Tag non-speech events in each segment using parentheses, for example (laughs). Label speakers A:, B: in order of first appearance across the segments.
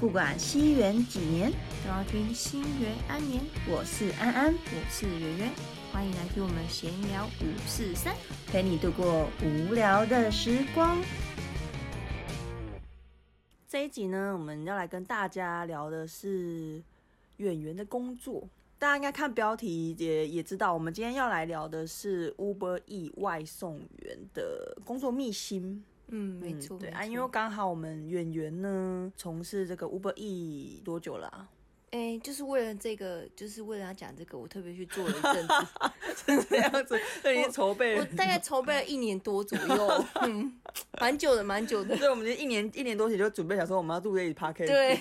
A: 不管西元几年，
B: 都要听新元安年。
A: 我是安安，
B: 我是圆圆，欢迎来听我们闲聊五四三。
A: 陪你度过无聊的时光。
B: 这一集呢，我们要来跟大家聊的是演员的工作。大家应该看标题也也知道，我们今天要来聊的是 Uber E 外送员的工作秘辛。
C: 嗯，没
B: 嗯
C: 错、
B: 对
C: 没
B: 啊，
C: 错
B: 因为刚好我们演员呢从事这个 Uber E 多久了、啊？ (laughs)
C: 哎、就是为了这个，就是为了要讲这个，我特别去做了一阵子，
B: 这样子，这已经筹备
C: (laughs) 我
B: 了。
C: 大概筹备了一年多左 (laughs) 右，嗯，蛮久的，蛮久的。
B: 所以我们就一年一年多前就准备想说我们要录这一 p a r k
C: 对，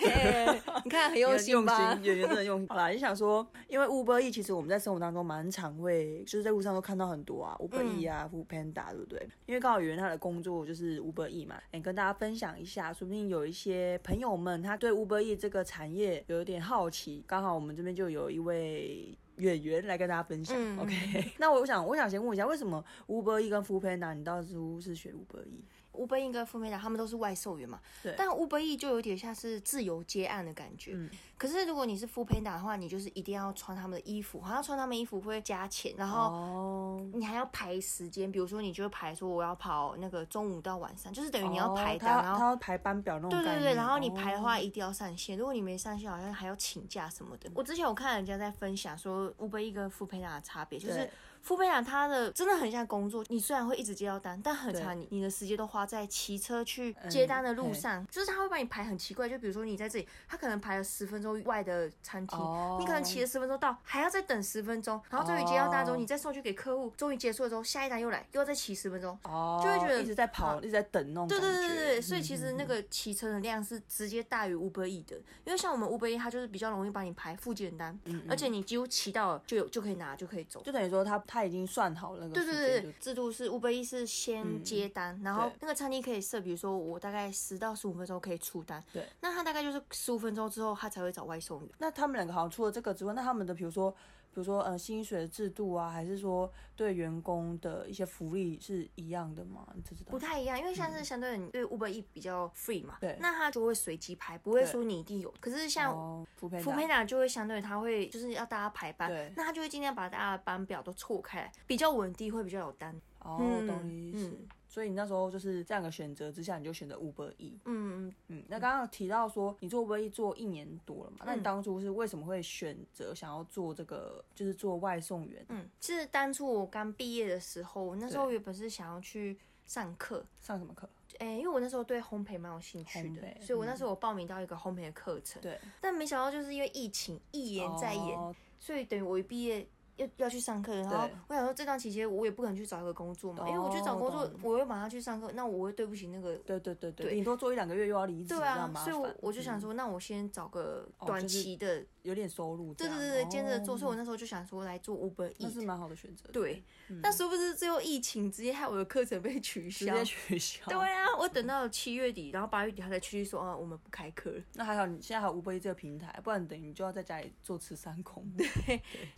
C: 你看很用心
B: 用
C: 吧？ (laughs)
B: 心，演员真的用心。好啦， (laughs) 你想说，因为 Uber E 其实我们在生活当中蛮常会，就是在路上都看到很多啊，Uber
C: 嗯
B: E 啊、Food Panda，对不对？因为刚好演员他的工作就是 Uber E 嘛，哎、跟大家分享一下，说不定有一些朋友们他对 Uber E 这个产业有一点好奇，刚好我们这边就有一位。演员来跟大家分享、
C: 嗯
B: o k (laughs) 那我想，我想先问一下，为什么 Uber E 跟 Food Panda 你当初是选 Uber E？
C: 乌贝应跟富美达他们都是外售员嘛，
B: 对
C: 但乌贝 E 就有点像是自由接案的感觉。
B: 嗯
C: 可是如果你是富佩达的话，你就是一定要穿他们的衣服，好像穿他们衣服会加钱，然后
B: 哦，
C: 你还要排时间，比如说你就会排说我要跑那个中午到晚上，就是等于你要
B: 哦
C: 排
B: 他
C: 单，
B: 要
C: 然后
B: 他要排班表那种
C: 对
B: 概
C: 对对，
B: 念
C: 然后你
B: 哦
C: 排的话一定要上线，如果你没上线，好像还要请假什么的。我之前有看人家在分享说乌贝一跟富培达的差别，就是
B: 对
C: 富培达他的真的很像工作，你虽然会一直接到单，但很
B: 对
C: 长你你的时间都花在骑车去接单的路上，就是他会把你排很奇怪，就比如说你在这里，他可能排了十分钟外的餐厅，
B: 哦
C: 你可能骑了十分钟到，还要再等十分钟，然后终于接到单之后，
B: 哦
C: 你再送去给客户，终于结束了之后，下一单又来，又要再骑十分钟，
B: 哦，
C: 就会觉得
B: 一直在跑，
C: 啊
B: 一直在等那种
C: 对
B: 感觉。嗯
C: 对对对对，所以其实那个骑乘的量是直接大于 Uber E 的，因为像我们 Uber E 它就是比较容易帮你排附件单，而且你几乎骑到了就有就可以拿就可以走。
B: 嗯就等于说他他已经算好了那个
C: 对
B: 时
C: 对
B: 间
C: 对
B: 就嗯
C: 对，制度是 Uber E 是先接单，然后
B: 对
C: 那个餐厅可以设，比如说我大概十到十五分钟可以出单，
B: 对，
C: 那他大概就是十五分钟之后他才会找外送员。
B: 那他们两个好像除了这个之外，那他们的比如说比如说呃薪水的制度啊，还是说对员工的一些福利是一样的吗？你知不知道？
C: 不太一样，因为像是相对你对 Uber E 比较 free 嘛，
B: 嗯对
C: 那他就会随机排，不会
B: 对
C: 说你一定有。可是像
B: 哦，福培
C: 福培
B: 达
C: 达就会相对他会就是要大家排班
B: 对，
C: 那他就会尽量把大家的班表都错开来，比较稳定，会比较有单。
B: 哦，
C: 嗯
B: 懂你意思。
C: 嗯
B: 所以你那时候就是这样的选择之下，你就选择 Uber E。
C: 嗯，
B: 嗯，那刚刚有提到说你做 Uber E 做一年多了嘛，那你
C: 嗯
B: 当初是为什么会选择想要做这个，就是做外送员？
C: 嗯，其实当初我刚毕业的时候，我那时候原本是想要去上课，
B: 上什么课？
C: 诶、因为我那时候对烘焙蛮有兴趣
B: 烘
C: 的，
B: 焙
C: 所以我那时候我报名到一个烘焙的课程，
B: 对，
C: 但没想到就是因为疫情一延再延，
B: 哦
C: 所以等于我一毕业。要要去上课，然后
B: 对哦
C: 我想说这段期间我也不可能去找一个工作嘛，因为我去找工作
B: 懂，
C: 我会马上去上课，那我会对不起那个
B: 对对对对，
C: 对
B: 你多做一两个月又要离职，
C: 对
B: 这样
C: 啊，
B: 麻
C: 所以我
B: 烦
C: 我就想
B: 嗯
C: 说，那我先找个
B: 哦
C: 短
B: 就是
C: 期的，
B: 有点收入这
C: 对
B: 样，
C: 对对对，兼着
B: 哦
C: 做。所以我那时候就想说来做 Uber
B: 那是
C: E，
B: 蛮好的选择，，
C: 对，但殊不知最后疫情直接害我的课程被取
B: 直
C: 消。
B: 接取消。
C: 对，啊，我等到七月底，然后八月底他才去说啊，我们不开课了。
B: 那还好你现在还有乌龟这个平台，不然等于你就要在家里坐吃山空。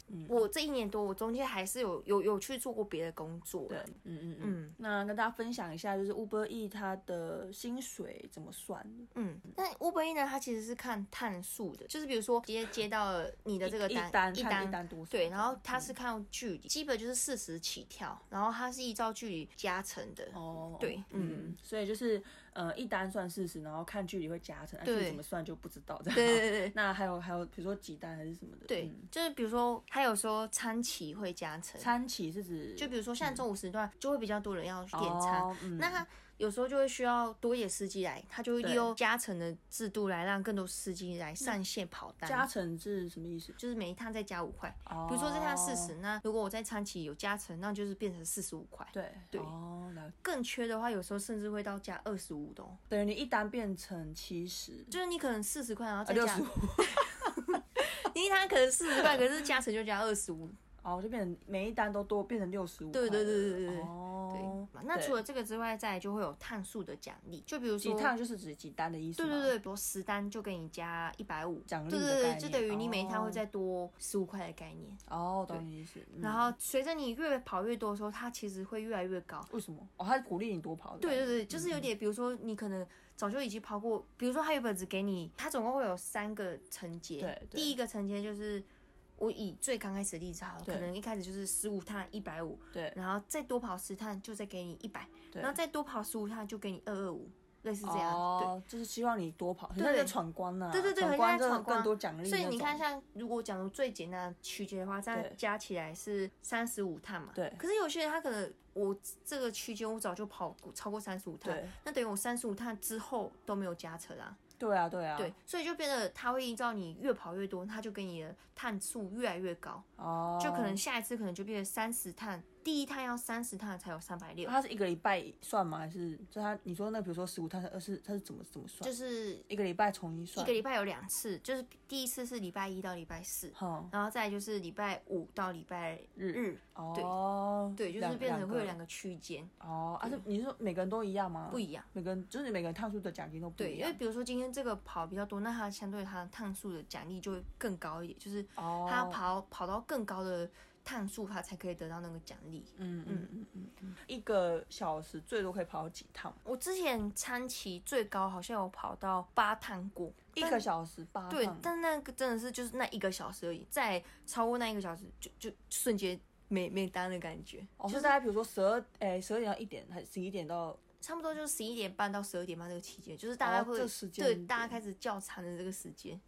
B: 嗯
C: 我这一年多，我中间还是有有有去做过别的工作
B: 对
C: 的。，
B: 嗯嗯嗯。
C: (laughs) 嗯
B: 那跟大家分享一下，就是 Uber E 它的薪水怎么算？
C: 嗯，但 Uber E 呢，它其实是看探数的，就是比如说直接接到了你的这个
B: 一
C: 单
B: 单
C: 一
B: 看
C: 单
B: 一单多少？
C: 对，然后它
B: 嗯
C: 是看距离，基本就是四十起跳，然后它是依照距离加成的。
B: 哦，
C: 对
B: 嗯，所以就是呃一单算四十，然后看距离会加成，但
C: 对
B: 是怎么算就不知道这样。
C: 对对对对
B: 那还有还有，比如说几单还是什么的？
C: 对，
B: 嗯
C: 就是比如说，它有时候餐期会加成，
B: 餐期是指
C: 就比如说像中午时段，就会比较多人要点餐，
B: 哦嗯
C: 那它有时候就会需要多一点司机来，它就会利用加成的制度来让更多司机来上线跑单。
B: 加成是什么意思？
C: 就是每一趟再加五块，
B: 哦
C: 比如说这趟四十，那如果我在餐期有加成，那就是变成四十五块。
B: 对
C: 对
B: 哦，了解
C: 更缺的话，有时候甚至会到加二十五的、哦，
B: 等于你一单变成七十，
C: 就是你可能四十块，然后
B: 啊
C: 再
B: 六
C: 加
B: 十五，
C: (laughs) 你一趟可能四十块，可是加成就加二十五，
B: 哦，就变成每一单都多变成六十五。
C: 对对对对对对
B: 哦，哦，
C: 嘛那
B: 对
C: 除了这个之外，再来就会有趟数的奖励，就比如
B: 几
C: 说
B: 趟就是指几单的意思
C: 对
B: 吗。
C: 对对，比如十单就给你加一百五，
B: 奖励的
C: 对对
B: 概
C: 对，
B: 念
C: 就等于你每一趟会
B: 哦
C: 再多十五块的概念。
B: 哦，懂你意思。嗯
C: 然后随着你越跑越多的时候，它其实会越来越高。
B: 为什么？哦，他鼓励你多跑的感
C: 对
B: 觉。
C: 对对，就是有点，比如说你可能早就已经跑过，比如说它原本只给你，它总共会有三个层节。
B: 对对
C: 第一个层节就是我以最刚开始的例子好了，
B: 对
C: 可能一开始就是十五趟一百五，
B: 对
C: 然后再多跑十趟就再给你一百，
B: 对
C: 然后再多跑十五趟就给你二二五，类似这样。对。
B: 哦，就是希望你多跑，很像在闯关呐、啊，
C: 对对对
B: 闯
C: 很像
B: 关
C: 在
B: 就是
C: 闯关
B: 更多奖励。
C: 所以你看，，像如果讲最简单的区间的话，这样
B: 对
C: 加起来是三十五趟嘛。
B: 对
C: 可是有些人他可能我这个区间我早就跑过超过三十五趟
B: 对，
C: 那等于我三十五趟之后都没有加成啊。
B: 对啊对啊，
C: 对，，所以就变得他会依照你越跑越多，他就给你的碳数越来越高，
B: 哦，
C: 就可能下一次可能就变成三十碳，第一趟要三十碳才有三百六，
B: 他是一个礼拜算吗？还是就他你说那比如说十五趟是二十，他是怎么怎么算？
C: 就是
B: 一个礼拜重新
C: 一
B: 算
C: 个。礼拜有两次，就是第一次是礼拜一到礼拜四，
B: 哼，
C: 然后再来就是礼拜五到礼拜
B: 日
C: 日
B: 哦，
C: 对，就是
B: 两
C: 变成会有两
B: 个
C: 个区间
B: 哦，啊，是你是说每个人都一样吗？
C: 不一样。
B: 每个人就是每个人趟数的奖金都不
C: 对，
B: 一
C: 因为
B: 样。
C: 比如说今天这个跑比较多，那它相对它的趟数的奖励就会更高一点，就是
B: 哦
C: 它跑跑到更高的趟数，它才可以得到那个奖励。
B: 嗯嗯嗯嗯嗯，一个小时最多可以跑几趟？
C: 我之前参骑最高好像有跑到八趟过，
B: 一
C: 但
B: 个小时八趟。
C: 对，但那个真的是就是那一个小时而已，再超过那一个小时就就瞬间没没单的感觉，
B: 哦，是大概比如说十二，哎，十二点到一点，还十一点到
C: 差不多就是十一点半到十二点半这个期间，就是大家
B: 哦
C: 会、
B: 这时间
C: 对
B: 点
C: 大家开始较长的这个时间。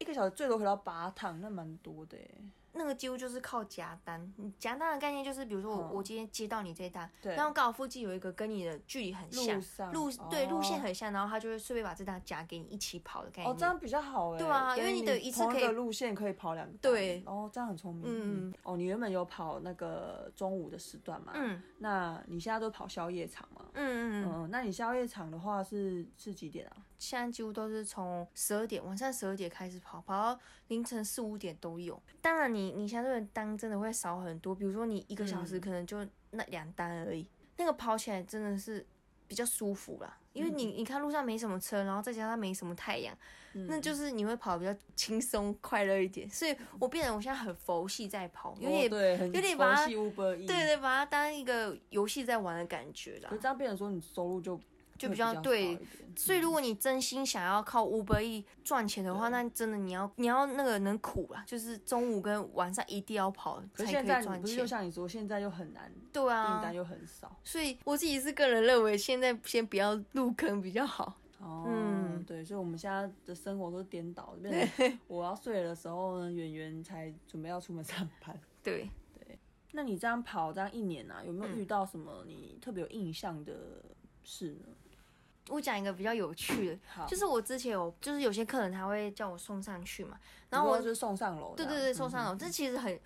B: 一个小时最多回到八趟，那蛮多的耶。
C: 那个几乎就是靠夹单。你夹单的概念就是，比如说我、
B: 嗯
C: 我今天接到你这一单，
B: 对
C: 然后刚好附近有一个跟你的距离很像
B: 路，上
C: 路
B: 哦
C: 对路线很像，然后他就会顺便把这单夹给你一起跑的概念。
B: 哦，这样比较好哎。
C: 对啊
B: 等于
C: 因为你的一次可
B: 同
C: 以
B: 一个路线可以跑两个单。
C: 对
B: 哦，这样很聪明。
C: 嗯
B: 嗯，哦，你原本有跑那个中午的时段嘛？，
C: 嗯
B: 那你现在都跑宵夜场嘛？
C: 嗯嗯嗯，
B: 嗯，那你宵夜场的话是是几点啊？
C: 现在几乎都是从十二点晚上十二点开始跑，跑到凌晨四五点都有。当然你，你相对的单真的会少很多，比如说你一个小时
B: 嗯
C: 可能就那两单而已，那个跑起来真的是比较舒服啦。因为你你看路上没什么车，然后再加上没什么太阳，那就是你会跑得比较轻松快乐一点。所以我变得我现在很佛系在跑，有点、
B: 哦对，很
C: 有点把它
B: 佛系 Uber Eats
C: 对对，把它当一个游戏在玩的感觉啦
B: 可。是这样变成说你收入就
C: 就
B: 会
C: 比
B: 比
C: 较
B: 较
C: 对
B: 少一点嗯
C: 所以如果你真心想要靠 Uber E 赚钱的话，那真的你要你要那个能苦啦，就是中午跟晚上一定要跑
B: 可是
C: 才可
B: 现在
C: 以
B: 你
C: 赚
B: 不是就
C: 钱。
B: 像你说，现在又很难，
C: 对
B: 订
C: 啊
B: 单，又很少。
C: 所以我自己是个人认为，现在先不要入坑比较好。
B: 哦，
C: 嗯
B: 对，所以我们现在的生活都是颠倒，变
C: (laughs)
B: 成我要睡的时候呢，圆圆才准备要出门上班。
C: 对，
B: 那你这样跑这样一年啊，有没有
C: 嗯
B: 遇到什么你特别有印象的事呢？
C: 我讲一个比较有趣
B: 好
C: 的，就是我之前有，就是有些客人他会叫我送上去嘛，
B: 然
C: 然后
B: 后
C: 我
B: 我就送上楼这
C: 对
B: 样，
C: 对对，送上
B: 嗯
C: 楼，这其实很，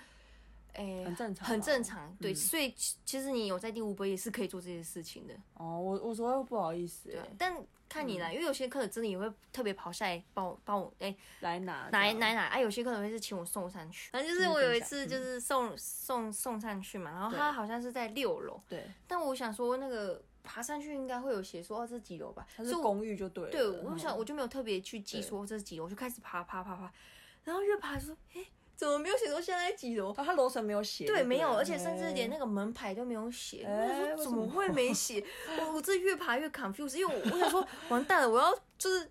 C: 诶、
B: 很正常
C: 很
B: 吧
C: 正常。对，
B: 嗯
C: 所以其其实你有在第五波也是可以做这些事情的，
B: 哦，我我说不好意思
C: 对嗯啊
B: 欸，。
C: 但看你啦，因为有些客人真的也会特别跑下来帮我帮我，诶、
B: 来拿
C: 哪
B: 这
C: 一
B: 样
C: 哪一哪啊，有些客人会是请我送上去，啊反正就是我有一次就是送、送送上去嘛，然后他
B: 对
C: 好像是在六楼，
B: 对，
C: 但我想说那个爬上去应该会有写说哦这几楼吧，
B: 它是
C: 所以我
B: 公寓就对了。
C: 对，我想
B: 嗯
C: 我就没有特别去记
B: 对
C: 说这是几楼，我就开始爬爬爬爬，然后越爬就说诶怎么没有写说现在几楼？
B: 哦，它楼层没有写就了，
C: 对，没有，而且甚至连那
B: 哎
C: 个门牌都没有写。
B: 哎
C: 我想
B: 为
C: 说
B: 什
C: 怎
B: 么
C: 么会没写？
B: (laughs)
C: 我我这越爬越 confused，因为我我想说完蛋了，我要就是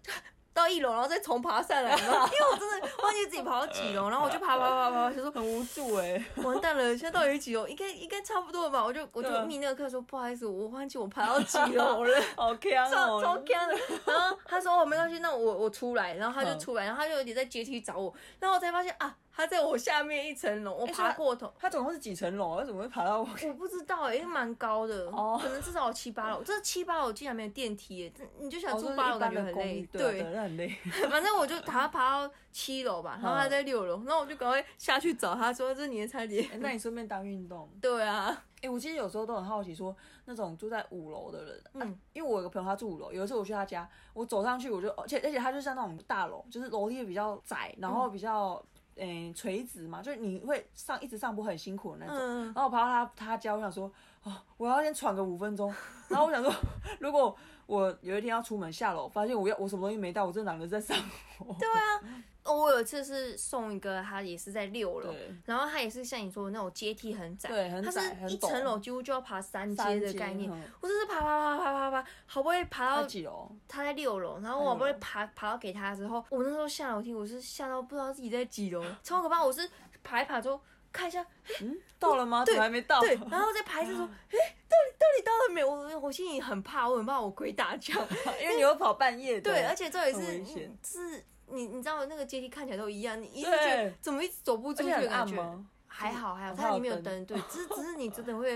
C: 到一楼，然后再重爬上来，你知道吗因为我真
B: (laughs)
C: 的忘记自己爬到几楼，然后我就爬爬爬爬，就说
B: 很无助哎，
C: 完蛋了，现在到底几楼？应该应该差不多了吧？我就我就
B: 对啊
C: 密那个客说不好意思，我忘记我爬到 (laughs) 几
B: (laughs)
C: 楼了。
B: 好强
C: (laughs) 超
B: 哦，
C: 超干的。然后他说哦没关系，那我我出来，然后他就
B: 嗯
C: 出来，然后他就有点在阶梯找我，然后我才发现啊，他在我下面一层楼，我
B: 所以
C: 爬
B: 他
C: 过头。
B: (laughs) 它总共是几层楼啊？它怎么会爬到我？
C: 我不知道哎、因为蛮高的，
B: 哦
C: 可能至少有七八楼。这七八楼竟然没有电梯耶，这你就
B: 哦
C: 想
B: 就是
C: (laughs) 住
B: 一
C: 八楼
B: 般
C: 感觉
B: 的
C: 很
B: 公
C: 累
B: 寓。对啊，对，那很
C: (laughs)
B: 累。
C: 反正我就爬爬到七楼吧，然后他在六楼，然后我就赶快下去找他说：“这是你的餐点
B: 欸。那你顺便当运动？”
C: 对啊，
B: 哎、我其实有时候都很好奇说那种住在五楼的人，
C: 嗯，
B: 因为我有个朋友他住五楼，有一次我去他家，我走上去我就，而且而且他就像那种大楼，就是楼梯比较窄，然后比较嗯、欸垂直嘛，就是你会上一直上坡很辛苦的那种。
C: 嗯
B: 然后我爬到他他家，我想说啊，我要先喘个五分钟。然后我想说， (laughs) 如果我有一天要出门下楼，发现我要我什么东西没带，我真的懒得再上楼。
C: 哦，我有一次是送一个，他也是在六楼
B: 对，
C: 然后他也是像你说的那种阶梯很窄，
B: 对很窄
C: 它是一
B: 很陡
C: 层楼几乎就要爬三
B: 三
C: 阶的
B: 阶
C: 概念
B: 嗯。
C: 我真是爬爬爬爬爬爬，好不容易爬
B: 他
C: 到
B: 几楼？
C: 他在六楼，然后我好不容易爬爬到给他之后，我那时候下楼梯，我是吓到不知道自己在几 (laughs) 楼，超可怕。我是爬一爬之后看一下，
B: 到了吗？怎么还没到？
C: 对，然后再爬一次说，哎、到底到底到了没有？我我心里很怕，我很怕我鬼打墙。
B: 因为你会跑半夜的。
C: (laughs) 对，而且这也
B: 很危
C: 是
B: 险
C: 是。你你知道那个阶梯看起来都一样，你一直
B: 对
C: 觉得怎么一直走不出
B: 而
C: 去
B: 且
C: 的
B: 很
C: 感
B: 暗
C: 觉。
B: 吗？
C: 还好还好，
B: 很
C: 它
B: 怕
C: 里面有
B: 有灯
C: 灯，对，只是只是你真的会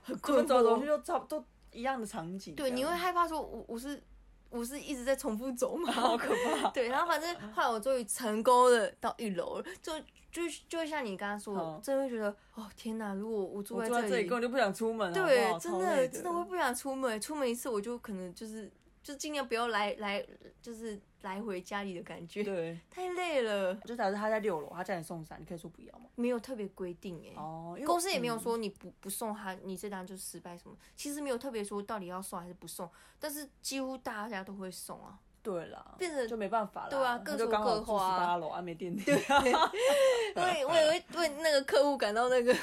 C: 很
B: 我们
C: 困
B: 走来走去
C: 惑，
B: 就差不多一样的场景这
C: 对，
B: 样。
C: 你会害怕说，我我是我是一直在重复走
B: (laughs)
C: 吗？
B: 好可怕。
C: 对，然后
B: (laughs)
C: 反正后来我终于成功的到一楼了，就就就像你刚刚说的
B: 好，
C: 真的会觉得哦天哪，如果我住
B: 我
C: 在
B: 住在这里
C: 里
B: 根，本就不想出门啊，好不
C: 对，
B: 好
C: 真
B: 超累的
C: 真的会不想出门，出门一次我就可能就是就尽量不要来来就是来回家里的感觉，
B: 对。
C: 太累了，
B: 就假设他在六楼，他叫你送伞，你可以说不要嘛。
C: 没有特别规定哎。
B: 哦，因为
C: 公司也没有说你不不送他，你这单就失败什么。其实没有特别说到底要送还是不送，但是几乎大家都会送啊。
B: 对啦，
C: 变成
B: 就没办法啦，
C: 对啊
B: 他
C: 各
B: 就
C: 说
B: 刚好
C: 各
B: 住
C: 话
B: 十
C: 啊
B: 八楼啊，没电梯， (laughs)
C: (laughs) 我也我也会为那个客户感到那个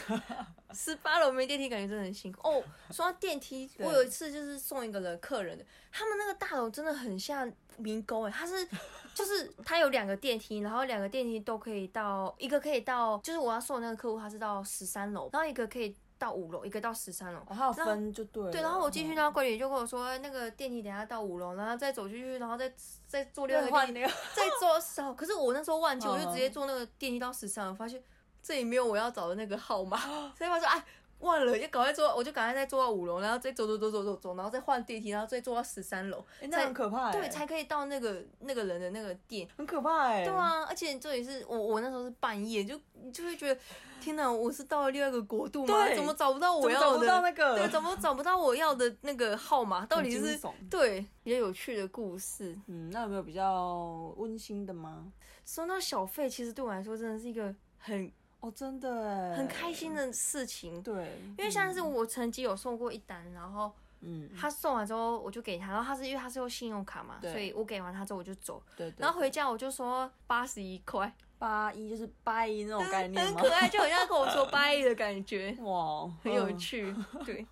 C: 十八楼没电梯，感觉真的很辛苦哦。说到电梯，
B: 对
C: 我有一次就是送一个人客人的，他们那个大楼真的很像迷宫哎，它是就是它有两个电梯，然后两个电梯都可以到，一个可以到就是我要送的那个客户他是到十三楼，然后一个可以到五楼，一个到十三楼。
B: 哦嗯还有分就对了。
C: 对，然后我进去，
B: 呢，
C: 然后管理员就跟我说，哎那个电梯等一下到五楼，然后再走进去，然后再再坐六
B: 六
C: 个
B: 换
C: 电梯，
B: 那个，
C: 再坐少。可是我那时候忘记，
B: 嗯
C: 我就直接坐那个电梯到十三，我发现这里没有我要找的那个号码， (laughs) 所以我说哎。忘了，就赶快坐，我就赶快再坐到五楼，然后再走走走走走走，然后再换电梯，然后再坐到十三楼，
B: 诶那很可怕欸，
C: 对，才可以到那个那个人的那个店。
B: 很可怕哎。
C: 对，啊，而且这里是我我那时候是半夜，就你就会觉得，天哪，我是到了另外一个国度吗？
B: 对
C: 怎么找不到
B: 怎
C: 我
B: 么
C: 要的？
B: 找不到那个，
C: 对，怎么找不到我要的那个号码？到底
B: 很
C: 是
B: 惊悚
C: 对比较有趣的故事。
B: 嗯，那有没有比较温馨的吗？
C: 收到小费，其实对我来说真的是一个很
B: 哦，真的哎，
C: 很开心的事情。
B: 对，
C: 因为像是我曾经有送过一单，然后
B: 嗯，
C: 他送完之后我就给他，然后他是因为他是用信用卡嘛，
B: 对
C: 所以我给完他之后我就走，
B: 对对，
C: 然后回家我就说八十一块，
B: 八一就是八一那种概念
C: 很
B: 吗？
C: 可爱，就很像跟我说八一的感
B: (laughs)
C: 觉。
B: 哇，
C: 啊
B: 嗯
C: 很有趣，对。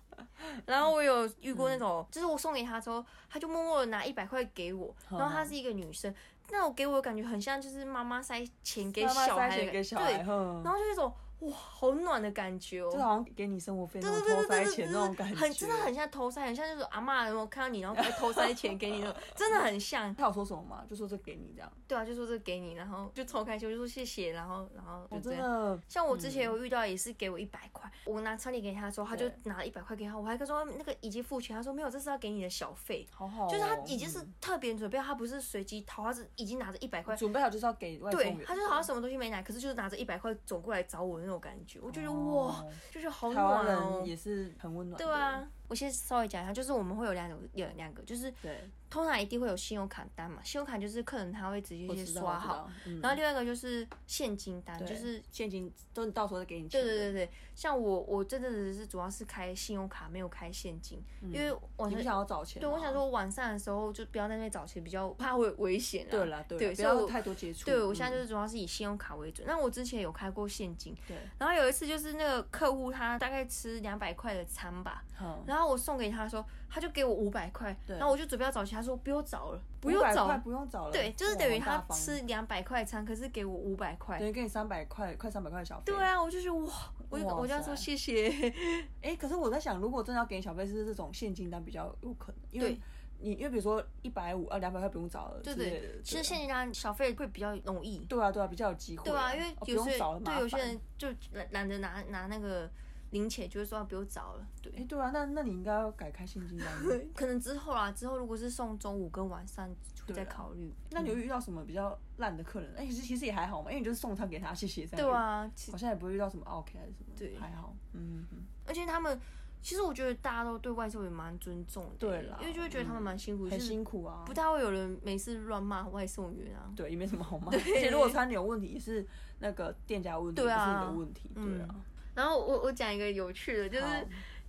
C: 然后我有遇过那
B: 嗯
C: 种，就是我送给他之后，他就默默的拿一百块给我，
B: 嗯
C: 然后她是一个女生，那我给我的感觉很像就是妈妈塞钱给
B: 妈妈
C: 小
B: 塞钱
C: 孩的感，
B: 给小
C: 对
B: 孩，，哼
C: 然后就有一种哇好暖的感觉
B: 就
C: 哦。
B: 好像给你生活费那
C: 对
B: 种
C: 对
B: 偷
C: 对对
B: 塞
C: 对，
B: 钱那种感觉，
C: 很真的很像偷塞，很像就是阿妈有没有看到你， (laughs) 然后快偷塞钱给你那种，真的很像。
B: 他有说什么吗？就说这给你这样，
C: (laughs) 对啊，就说这给你，然后就超开心，我就说谢谢，然后然后
B: 我
C: 就这
B: 真
C: 样。
B: 的
C: 像我之前有遇到也是给我一百块，我拿超礼给他的时候，他就
B: 对
C: 拿了一百块给他，我还跟他说那个已经付钱，他说没有，这是要给你的小费，
B: 好好哦，
C: 就是他已经是
B: 嗯
C: 特别准备，他不是随机掏，他是已经拿着一百块，
B: 准备好就是要给外送
C: 对
B: 员，
C: 他就是好像什么东西没拿，可是就是拿着一百块走过来找我那种感觉，我就觉得哇，
B: 哦
C: 就是好
B: 台湾
C: 暖哦
B: 人。也是很温暖，
C: 对，啊，我先稍微讲一下，就是我们会有两种，有两个，就是
B: 对，
C: 通常一定会有信用卡单嘛，信用卡就是客人他会直接
B: 我
C: 先
B: 知道嗯
C: 刷好，，嗯然
B: 然
C: 后另外一个就是现金单，
B: 对
C: 就是
B: 现金都是到时候再给你钱
C: 对
B: 的，
C: 对对对，像我我这阵子是主要是开信用卡，没有开现金，
B: 嗯
C: 因为晚
B: 你不
C: 上
B: 想要找钱吗，
C: 对我想说晚上的时候就不要在那边找钱，比较怕会有危险啊。
B: 对啦
C: 对
B: 对啦，不
C: 所以
B: 要
C: 我
B: 太多接触，嗯
C: 对我现在就是是主要是以信用卡为准。那我之前有开过现金，
B: 对，
C: 然后有一次就是那个客户他大概吃两百块的餐吧，
B: 好，
C: 然后我送给他的时候，他就给我五百块，
B: 对
C: 然后我就准备要找钱，他说不用找了，不用
B: 500
C: 找
B: 块
C: 了，
B: 不用找了，
C: 对，就是
B: 哇
C: 等于
B: 好大
C: 他
B: 方
C: 吃两百块餐，可是给我五百块。
B: 等于给你三百块，快三百块的小费，
C: 对啊，我就觉得哇，我就
B: 哇
C: 我就要说
B: 塞
C: 谢谢。
B: 哎、可是我在想，如果真的要给你小费，是不是这种现金单比较有可能，因为
C: 对
B: 你因为比如说一百五啊两百块不用找了之
C: 对
B: 类的，
C: 对，其实
B: 啊
C: 现金单小费会比较容易。
B: 对啊对啊比较有机会、
C: 对啊，因为
B: 哦不
C: 有
B: 用
C: 些、
B: 找了
C: 对
B: 麻
C: 有些
B: 烦
C: 人就懒懒得拿拿那个零钱，就会说啊不用找了。对，
B: 哎、对啊，那那你应该要改开现金
C: (laughs)
B: 单。
C: 可能之后啦，之后如果是送中午跟晚上会
B: 对
C: 再
B: 啦
C: 考虑。嗯
B: 那你有遇到什么比较烂的客人？哎、其实其实也还好嘛，因为你就是送餐给他，谢谢这样。
C: 对，啊，其
B: 好像也不会遇到什么 OK 还是什么，
C: 对
B: 还好。嗯，嗯
C: 而且他们其实我觉得大家都对外送也蛮尊重的，
B: 对啦
C: 因为就会觉得他们蛮辛苦，
B: 嗯很
C: 就是
B: 辛苦啊
C: 不。太会有人每次乱骂外送员啊。
B: 对，也没什么好
C: (laughs)
B: 骂。而且如果餐点有问题，也是那个店家的问题，
C: 对啊
B: 不是你的问题。对啊，
C: 嗯然后我我讲一个有趣的，就是
B: 好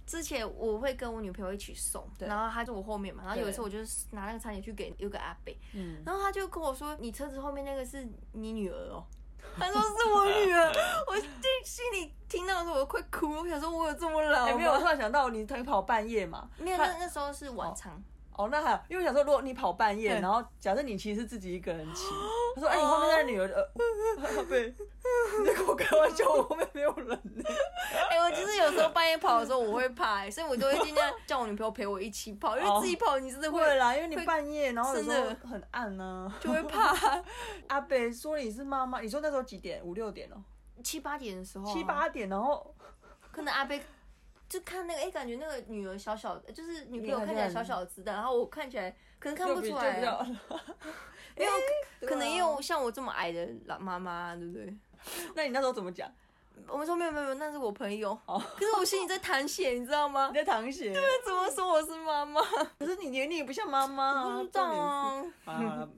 C: 之前我会跟我女朋友一起送，
B: 对
C: 然后她在我后面嘛，然后有一次
B: 对
C: 我就是拿那个餐点去给有个阿伯， (laughs)
B: 嗯，
C: 然后他就跟我说：“你车子后面那个是你女儿哦。” (laughs) 他说是我
B: (laughs)
C: 女儿，我心心里听到的时候我快哭，我想说我有这么老
B: 哎、
C: 吗？
B: 没有，我突然想到你他跑半夜嘛，
C: 没有，那那时候是晚餐，
B: 哦，那还有，因为我想说，如果你跑半夜，
C: 对
B: 然后假设你其实是自己一个人
C: (laughs)
B: 骑，他说：“哎、你后面那个女儿呃， (laughs) 阿贝，你在跟我开玩笑，我后面没有人呢。
C: 哎、我其实有时候半夜跑的时候我会怕、哎所以我都会尽量叫我女朋友陪我一起跑，因为
B: 哦
C: 自己跑你真的”会
B: 会啦，因为你半夜，然后有
C: 真
B: 时
C: 的
B: 候很暗呢、
C: 就会怕。
B: 阿北说你是妈妈，你说那时候几点？五六点哦、
C: 七八点的时候啊、
B: 七八点，然后
C: 可能阿贝就看那个，哎、感觉那个女儿小小的，就是女朋友
B: 你看
C: 看起来小小的子弹，然后我看起来可能看不
B: 就比
C: 出
B: 就 (laughs)
C: 来
B: 比较
C: 啊、因为
B: 对啊
C: 可能也有像我这么矮的老妈妈，对不对？
B: 那你那时候怎么讲？
C: 我们说没有没有，没有那是我朋友。
B: 哦
C: (laughs) 可是我心里在淌血，你知道
B: (laughs)
C: 吗
B: 你？在淌血，
C: 那怎么说我是妈妈？
B: 可是你年龄也不像妈妈啊，
C: 不知
B: (laughs)
C: 道
B: 重
C: 啊。
B: 点是。好了好了
C: (laughs)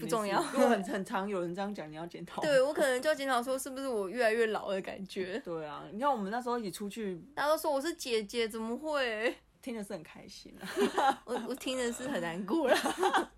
C: 不重要
B: 没事如果很很常有人这样讲，你要检讨。
C: 对我可能就要检讨说，是不是我越来越老的感觉？
B: 对啊，你看我们那时候一起出去，
C: 大家都说我是姐姐，怎么会？
B: 听的是很开心啊。
C: 我我听的是很难过了， (laughs)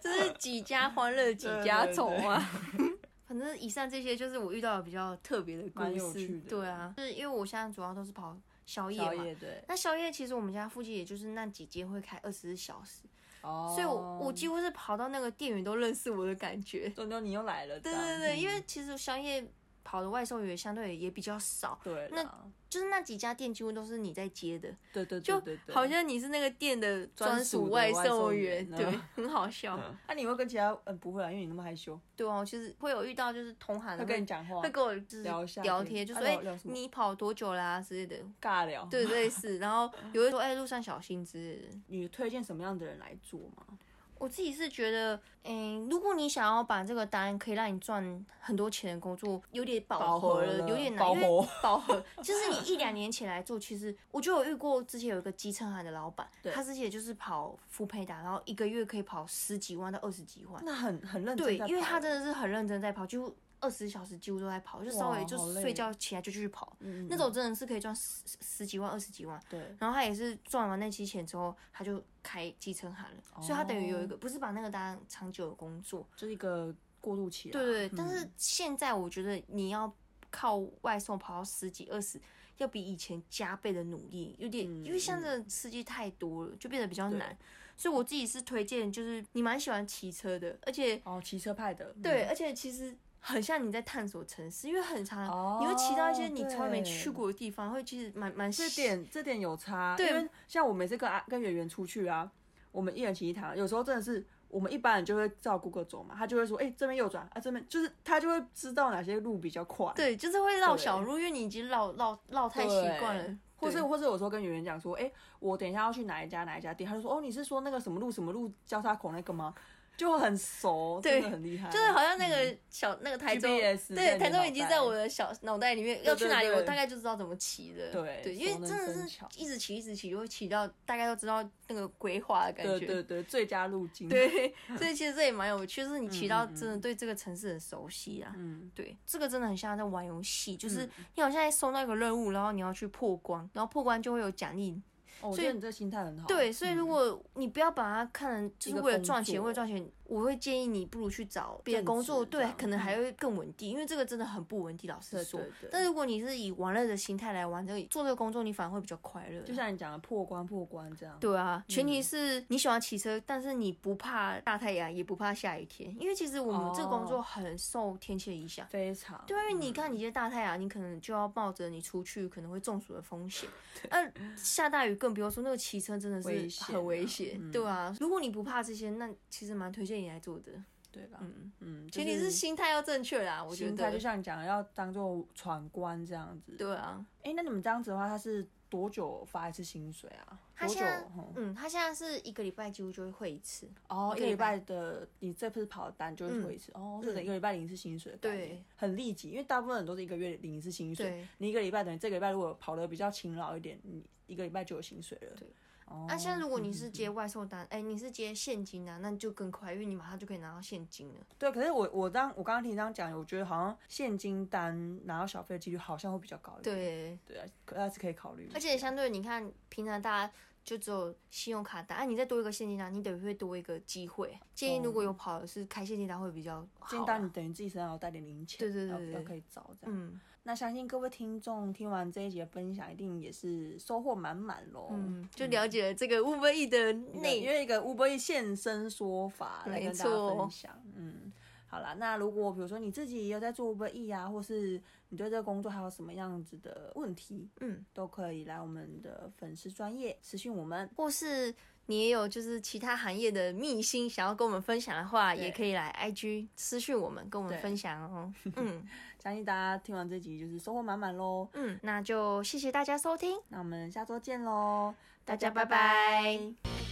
C: 这是几家欢乐几家愁啊。 (laughs) 反正以上这些就是我遇到的比较特别的故
B: 蛮有
C: 事
B: 趣，的
C: 对啊，就是因为我现在主要都是跑宵夜
B: 宵
C: 嘛。
B: 夜对，
C: 那宵夜其实我们家附近也就是那几间会开二十四小时，
B: 哦
C: 所以我我几乎是跑到那个店员都认识我的感觉。 (laughs)
B: 东东你又来了，
C: 对
B: 这
C: 对
B: 样
C: 对，因为
B: 嗯
C: 其实宵夜跑的外送员相对也比较少，
B: 对
C: 那
B: 啦
C: 就是那几家店几乎都是你在接的，
B: 对对
C: 就
B: 对对对，
C: 好像你是那个店的专属外送员，
B: 专属的外送员
C: 对
B: 啊，
C: 很好笑。
B: 那你会跟其他嗯不会啊，因为你那么害羞，
C: 对啊，我其实会有遇到就是同行的
B: 会跟你讲话
C: 嗯会，跟我就是
B: 聊一下
C: 聊
B: 天
C: 天，就
B: 啊
C: 说哎、
B: 聊聊什么
C: 你跑多久啦、之类的，
B: 尬聊。，
C: 对类似，然后也会说哎、路上小心之类的。
B: 你推荐什么样的人来做吗？
C: 我自己是觉得，嗯，如果你想要把这个单可以让你赚很多钱的工作，有点饱和
B: 饱和了
C: 有点难，
B: 饱
C: 因
B: 和
C: 为饱和就是你一两年前来做，其实我就有遇过，之前有一个基层行的老板，他之前就是跑福培达，然后一个月可以跑十几万到二十几万，
B: 那很很认真
C: 对，
B: 在
C: 因为
B: 跑
C: 他真的是很认真在跑，几乎二十小时几乎都在跑，就稍微
B: 哇
C: 就
B: 好累
C: 睡觉起来就去跑，
B: 嗯嗯
C: 那种真的是可以赚十十十几万、二十几万。
B: 对
C: 然后他也是赚完那期钱之后，他就开计程函了，所以他等于有
B: 哦
C: 一个不是把那个当长久的工作，
B: 就是一个过渡期啦。
C: 对对。对但
B: 嗯
C: 是现在我觉得你要靠外送跑到十几二十，要比以前加倍的努力，有点、
B: 嗯
C: 因为像这司机太多了，就变得比较难。所以我自己是推荐，就是你蛮喜欢骑车的，而且
B: 哦，骑车派的，嗯
C: 对，而且其实很像你在探索城市，因为很常、
B: 哦
C: 你会骑到一些你从来没
B: 对
C: 去过的地方，会其实蛮蛮
B: 这点这点有差，
C: 对
B: 因为像我每次跟阿跟圆圆出去啊，我们一人骑一台，有时候真的是我们一般人就会照 Google 走嘛，他就会说，哎、这边右转啊，这边就是他就会知道哪些路比较快，，
C: 对，就是会绕
B: 对
C: 小路，因为你已经绕绕绕太习惯了，
B: 或是
C: 对
B: 或是有时候跟圆圆讲说，哎、我等一下要去哪一家哪一家店，他就说，哦，你是说那个什么路什么路交叉口那个吗？就很熟，
C: 对
B: 真的很厉害，嗯
C: 就是好像那个小、那个台州，
B: GPS 在
C: 对，
B: 你
C: 台州
B: 脑
C: 已经
B: 袋
C: 在我的小脑袋里面，要去
B: 对
C: 哪里
B: 对
C: 我
B: 对
C: 大概就知道怎么骑了。
B: 对
C: 对，因为
B: 熟能
C: 真的
B: 生
C: 是
B: 巧
C: 一直骑一直骑，就会骑到大概都知道那个规划的感觉。
B: 对对对，最佳路径，，
C: 对，所以其实这也蛮有趣，就是你骑到
B: 嗯嗯
C: 真的对这个城市很熟悉啊。
B: 嗯，
C: 对，这个真的很像在玩游戏，就是
B: 嗯
C: 你好像在收到一个任务，然后你要去破关，然后破关就会有奖励。
B: 哦，我
C: 所以
B: 觉得你这心态很好，
C: 对，所以
B: 嗯
C: 如果你不要把它看成
B: 一
C: 就是
B: 个
C: 为了
B: 工
C: 赚钱，
B: 作
C: 为了赚钱，我会建议你不如去找别的
B: 正
C: 工作，
B: 职这
C: 对
B: 样，
C: 可能还
B: 嗯
C: 会更稳定，因为这个真的很不稳定，老实
B: 对
C: 说
B: 对。对
C: 但如果你是以玩乐的心态来玩这个，做这个工作，你反而会比较快乐。
B: 就像你嗯讲的破关破关这样，
C: 对啊，前提是你喜欢骑车，但是你不怕大太阳，也不怕下雨天，因为其实我们这个工作
B: 哦
C: 很受天气的影响。
B: 非常嗯
C: 对，因为你看，你今天大太阳，你可能就要冒着你出去可能会中暑的风
B: (laughs)
C: 险。那、下大雨更不用说，那个骑车真的
B: 危
C: 是
B: 险
C: 很危
B: 啊
C: 险，
B: 嗯
C: 对啊。如果你不怕这些，那其实蛮推荐你来做的。
B: 对啦，
C: 嗯，
B: 嗯，
C: 前提
B: 就是
C: 心态要正确啦，我觉
B: 心态，就
C: 得。
B: 像你讲的，要当做闯关这样子。
C: 对啊，
B: 哎、那你们这样子的话，他是多久发一次薪水啊？
C: 他
B: 多久
C: 现在？
B: 嗯
C: 嗯，他现在是一个礼拜几乎就会汇一次。
B: 哦，
C: 一
B: 一
C: 个
B: 个
C: 礼
B: 礼
C: 拜
B: 拜的你这次跑的单就
C: 嗯
B: 是回一次，哦，是
C: 嗯
B: 一个礼拜领一次薪水的概念，
C: 对
B: 很利己，因为大部分人都是一个月领一次薪水，
C: 对
B: 你一个礼拜等于这个礼拜如果跑的比较勤劳一点，你一个礼拜就有薪水了。
C: 对
B: 哦
C: 那、现在如果你是接
B: 嗯
C: 外送单，哎、你是接现金啊，那你就更快，因为你马上就可以拿到现金了。
B: 对，可是我我当我刚刚听你这样讲，我觉得好像现金单拿到小费的几率好像会比较高一点。
C: 对，
B: 对啊，可还是可以考虑。
C: 而且相对你看，平常大家就只有信用卡单，哎、你再多一个现金单，你等于会多一个机会。建议如果有跑的是开现金单会比较哦好、啊。
B: 现金单你等于自己身上有带点零钱，
C: 对对对
B: 要
C: 对
B: 要
C: 对
B: 可以找这样。
C: 嗯
B: 那相信各位听众听完这一节分享，一定也是收获满满喽。
C: 嗯，就了解了这个 Uber E 的内
B: 因为一个 Uber Eats 现身说法来
C: 没
B: 跟大家
C: 错
B: 分享。嗯，好啦，那如果比如说你自己也有在做 Uber E 啊，或是你对这个工作还有什么样子的问题，
C: 嗯，
B: 都可以来我们的粉丝专业私讯我们。
C: 或是你也有就是其他行业的秘辛想要跟我们分享的话，
B: 对
C: 也可以来 IG 私讯我们，跟我们
B: 对
C: 分享哦。 (laughs) 嗯
B: 相信大家听完这集就是收获满满喽。
C: 嗯，那就谢谢大家收听，
B: 那我们下周见喽，
C: 大家拜拜